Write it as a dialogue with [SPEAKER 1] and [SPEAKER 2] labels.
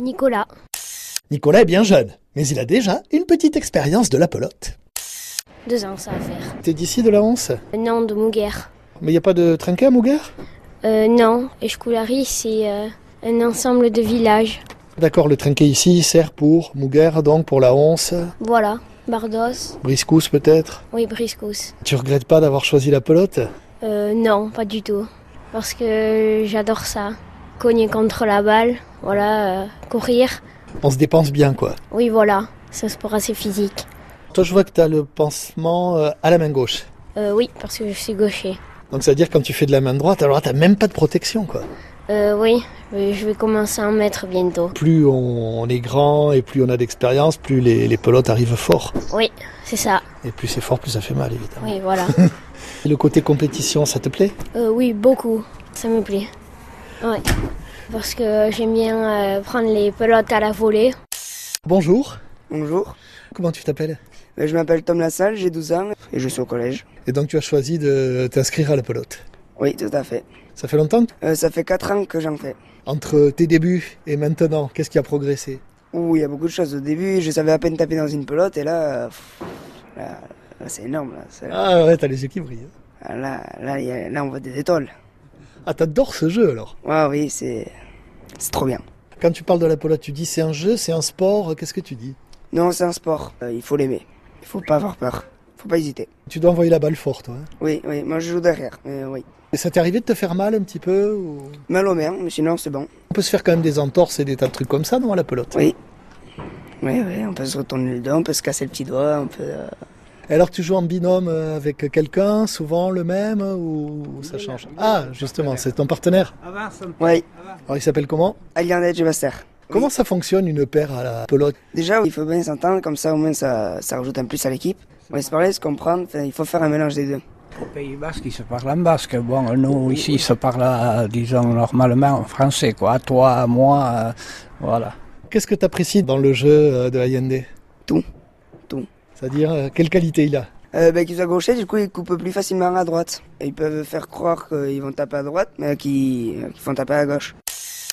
[SPEAKER 1] Nicolas.
[SPEAKER 2] Nicolas est bien jeune, mais il a déjà une petite expérience de la pelote.
[SPEAKER 1] Deux ans, ça va faire.
[SPEAKER 2] T'es d'ici de la Hanse
[SPEAKER 1] Non, de Mouguère.
[SPEAKER 2] Mais il a pas de trinquet à Mouguère
[SPEAKER 1] Euh, non, Escoulari, c'est euh, un ensemble de villages.
[SPEAKER 2] D'accord, le trinquet ici sert pour Mouguère, donc pour la Hanse,
[SPEAKER 1] Voilà, Bardos,
[SPEAKER 2] Briscousse peut-être.
[SPEAKER 1] oui, Briscos.
[SPEAKER 2] Tu regrettes pas d'avoir choisi la pelote
[SPEAKER 1] Euh, non, pas du tout. Parce que j'adore ça. Cogner contre la balle, voilà, euh, courir.
[SPEAKER 2] On se dépense bien quoi.
[SPEAKER 1] Oui, voilà, c'est un sport assez physique.
[SPEAKER 2] Toi je vois que t'as le pansement euh, à la main gauche.
[SPEAKER 1] Euh, oui, parce que je suis gaucher.
[SPEAKER 2] Donc ça veut dire quand tu fais de la main droite, alors là t'as même pas de protection quoi.
[SPEAKER 1] Euh, oui, euh, je vais commencer à en mettre bientôt.
[SPEAKER 2] Plus on, on est grand et plus on a d'expérience, plus les, les pelotes arrivent fort.
[SPEAKER 1] Oui, c'est ça.
[SPEAKER 2] Et plus c'est fort, plus ça fait mal évidemment.
[SPEAKER 1] Oui, voilà.
[SPEAKER 2] Et le côté compétition, ça te plaît
[SPEAKER 1] Euh, oui, beaucoup. Ça me plaît. Ouais. Parce que j'aime bien euh, prendre les pelotes à la volée.
[SPEAKER 2] Bonjour,
[SPEAKER 3] Bonjour,
[SPEAKER 2] comment tu t'appelles
[SPEAKER 3] Euh, je m'appelle Tom Lassalle, j'ai 12 ans et je suis au collège.
[SPEAKER 2] Et donc tu as choisi de t'inscrire à la pelote.
[SPEAKER 3] Oui, tout à fait.
[SPEAKER 2] Ça fait longtemps
[SPEAKER 3] Euh, ça fait 4 ans que j'en fais.
[SPEAKER 2] Entre tes débuts et maintenant, qu'est-ce qui a progressé
[SPEAKER 3] Ouh, il y a beaucoup de choses. Au début, je savais à peine taper dans une pelote et là, euh, pff, là, là, c'est énorme. Là, C'est-
[SPEAKER 2] Ah ouais, t'as les yeux qui brillent.
[SPEAKER 3] là, là, il y a- là, on voit des étoiles.
[SPEAKER 2] Ah t'adores ce jeu alors
[SPEAKER 3] Ouais, oui, c'est, c'est trop bien.
[SPEAKER 2] Quand tu parles de la pelote, tu dis c'est un jeu, c'est un sport, qu'est-ce que tu dis
[SPEAKER 3] Non, c'est un sport. Euh, il faut l'aimer. Il faut pas avoir peur. Faut pas hésiter.
[SPEAKER 2] Tu dois envoyer la balle fort, toi. hein.
[SPEAKER 3] Oui, oui, moi je joue derrière. Mais oui.
[SPEAKER 2] Et ça t'est arrivé de te faire mal un petit peu ou...
[SPEAKER 3] Mal aux mains, mais sinon c'est bon.
[SPEAKER 2] On peut se faire quand même des entorses et des tas de trucs comme ça, non, à la pelote
[SPEAKER 3] Oui. Oui, oui, on peut se retourner le dos, on peut se casser le petit doigt, on peut. euh,
[SPEAKER 2] Et Alors tu joues en binôme euh, avec quelqu'un, souvent le même, ou ça change Ah, justement, c'est ton partenaire.
[SPEAKER 3] Oui,
[SPEAKER 2] Alors il s'appelle comment
[SPEAKER 3] Aliandage Master.
[SPEAKER 2] Comment ça fonctionne une paire à la pelote
[SPEAKER 3] Déjà, il faut bien s'entendre, comme ça au moins ça, ça rajoute un plus à l'équipe. On va se parler, se comprendre, enfin, il faut faire un mélange des deux.
[SPEAKER 4] Au Pays Basque, ils se parlent en basque. Bon, nous, ici, ils se parlent, euh, disons, normalement en français, quoi. Toi, moi, euh, voilà.
[SPEAKER 2] Qu'est-ce que tu apprécies dans le jeu euh, de Allende
[SPEAKER 3] Tout. Tout.
[SPEAKER 2] C'est-à-dire, euh, quelle qualité il a
[SPEAKER 3] Euh, ben, qu'ils soient gauchers, du coup, ils coupent plus facilement à droite. Et ils peuvent faire croire euh, qu'ils vont taper à droite, mais qu'ils qu'ils font taper à gauche.